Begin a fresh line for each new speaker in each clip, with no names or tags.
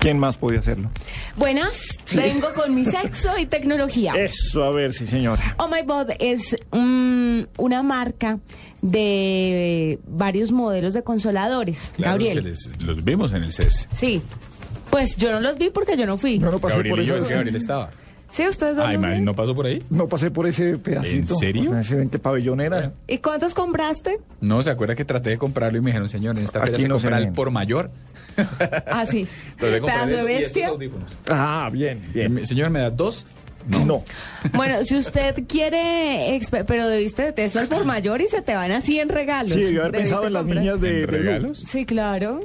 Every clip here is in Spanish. ¿Quién más podía hacerlo?
Buenas, vengo con mi sexo y tecnología.
Eso, a ver, sí, señora.
Oh My Bod es mm, una marca de varios modelos de consoladores.
Claro,
Gabriel.
se les- los vimos en el E CES.
Sí. Pues yo no los vi porque yo no fui.
Yo no pasé
Gabriel
por
y yo, es
eso.
que Gabriel estaba.
Sí, ustedes dos
Ay,
los
man,
vieron?
¿no pasó por ahí?
No pasé por ese pedacito. Pues
¿En serio?
No sé en qué pabellón era.
¿Y cuántos compraste?
No, ¿se acuerda que traté de comprarlo y me dijeron, señor, en esta
Aquí
feria se
no se
compra el
vende.
por mayor?
Ah, sí.
Entonces compré
Pedazo de
eso y estos
bestia.
audífonos.
Ah, bien, bien.
Mi- Señor, ¿me da dos?
No.
Bueno, si usted quiere, exp- pero debiste de eso al por mayor y se te van así en regalos.
Sí, debió haber
Debiste
pensado en las
comprar-
niñas de,
¿En
de Blue.
regalos?
Sí, claro.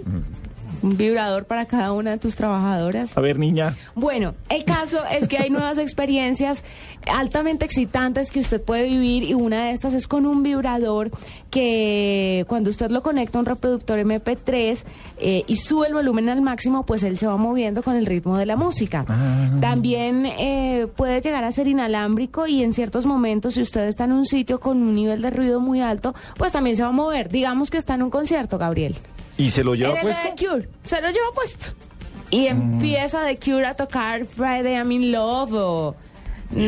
Un vibrador para cada una de tus trabajadoras.
A ver, niña.
Bueno, el caso es que hay nuevas experiencias altamente excitantes que usted puede vivir y una de estas es con un vibrador que cuando usted lo conecta a un reproductor MP3 eh, y sube el volumen al máximo, pues él se va moviendo con el ritmo de la música. También eh, puede llegar a ser inalámbrico y en ciertos momentos si usted está en un sitio con un nivel de ruido muy alto, pues también se va a mover. Digamos que está en un concierto, Gabriel.
¿Y se lo
Era
lleva
la de
puesto?
Cure, se lo lleva puesto. Y empieza The Cure a tocar Friday I'm in Love o...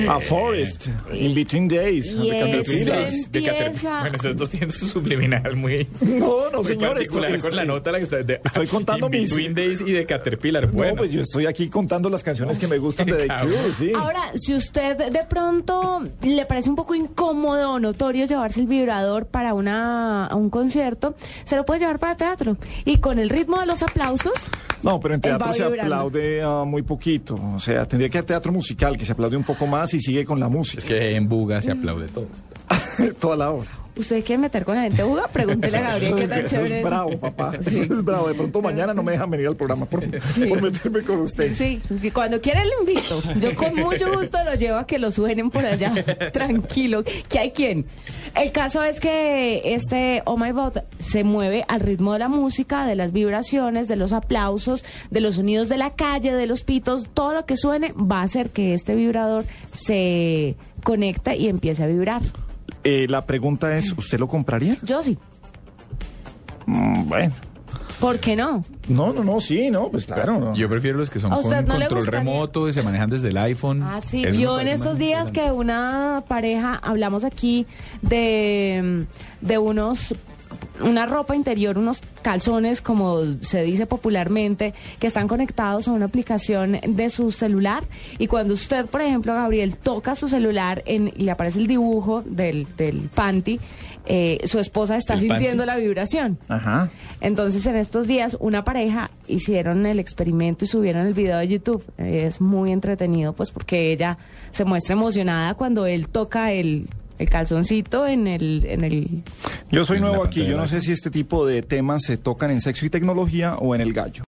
A Forest, In Between Days.
Y
de
eso
Caterpillar.
es-
De Caterpillar.
empieza.
Bueno, esos dos tienen su subliminal muy...
No, no,
muy
señor. esto
particular
es-
con la nota la que está de,
Estoy contando
In
mis-
Between Days y de Caterpillar. Bueno,
No, pues yo estoy aquí contando las canciones que me gustan de The
Cabrón.
Cure, sí.
Ahora, si usted de pronto le parece un poco incómodo o notorio llevarse el vibrador para una, a un concierto, se lo puede llevar para teatro. Y con el ritmo de los aplausos,
No, pero en teatro
va
se
vibrando.
aplaude ah, muy poquito. O sea, tendría que haber teatro musical, que se aplaude un poco más y sigue con la
es
música
que en Buga se aplaude todo.
toda la hora.
¿usted quiere meter con la gente buga? Pregúntele a Gabriel qué tan
Eso
chévere
es
es.
bravo, papá. Eso es bravo. De pronto mañana no me dejan venir al programa por, por meterme con usted.
Sí, sí, cuando quiera lo invito. Yo con mucho gusto lo llevo a que lo suenen por allá. Tranquilo, que hay quien. El caso es que este Oh My God se mueve al ritmo de la música, de las vibraciones, de los aplausos, de los sonidos de la calle, de los pitos. Todo lo que suene va a hacer que este vibrador se conecte y empiece a vibrar.
Eh, la pregunta es, ¿usted lo compraría?
Yo sí.
Mm, bueno.
¿Por qué no?
No, no, no, sí, no, pues claro. no.
Yo prefiero los que son
¿A
con
usted no le
control
gustaría?
remoto y se manejan desde el iPhone.
Ah, sí,
Eso me
vio en
parece
estos
más
días que una pareja, hablamos aquí de, de unos una ropa interior, unos calzones, como se dice popularmente, que están conectados a una aplicación de su celular. Y cuando usted, por ejemplo, Gabriel, toca su celular en, y le aparece el dibujo del, del panty, eh, su esposa está
¿El
sintiendo
panty?
la vibración.
Ajá.
Entonces, en estos días, una pareja hicieron el experimento y subieron el video a YouTube. Es muy entretenido, pues, porque ella se muestra emocionada cuando él toca el, el calzoncito en el, en el.
Yo soy
En la
nuevo
pantalla
aquí, yo no
del
sé si este tipo de temas se tocan en sexo y tecnología o en el gallo.